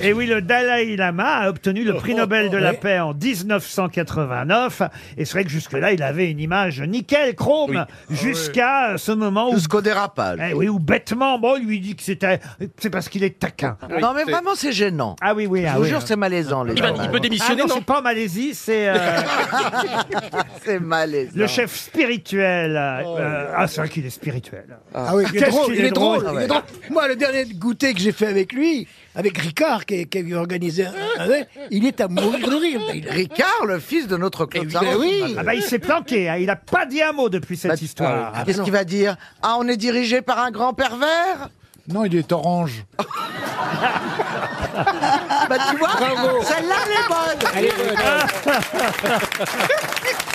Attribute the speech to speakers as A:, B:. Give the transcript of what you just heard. A: Et oui, le Dalai Lama a obtenu le prix Nobel de la
B: Ouais.
A: paix en 1989. Et c'est vrai que jusque-là, il avait une image nickel, chrome, jusqu'à ce moment où... Jusqu'au dérapage. oui, ou bêtement, bon, on lui dit que c'était... C'est parce qu'il est taquin.
C: Eh, Non, mais vraiment, c'est gênant.
A: Ah oui, oui.
C: Je
A: ah
C: vous
A: oui,
C: jure,
A: oui.
C: c'est malaisant. Les gens.
A: Ah non, c'est pas en Malaisie, c'est... euh,
C: c'est malaisant.
A: Le chef spirituel. euh, euh, ah, c'est vrai qu'il est spirituel.
D: Ah oui, il est
A: Qu'est-ce
D: drôle,
A: qu'il
D: il est drôle,
A: drôle.
D: il est drôle. Moi, le dernier goûter que j'ai fait avec lui, avec Ricard, qui, qui avait organisé un, un- un- il est à mourir de rire. Il rit.
C: Ricard, le fils de notre Claude
D: ben
C: Sarraute.
D: oui.
A: Ah bah, il s'est planqué, hein, il a pas dit un mot depuis Ah,
C: Bah,
A: cette histoire.
C: Ah, Qu'est-ce qu'il va dire Ah, on est dirigé par un grand pervers
E: Non, il est orange.
C: Bah, tu vois, celle-là, elle est bonne.
D: Elle est bonne.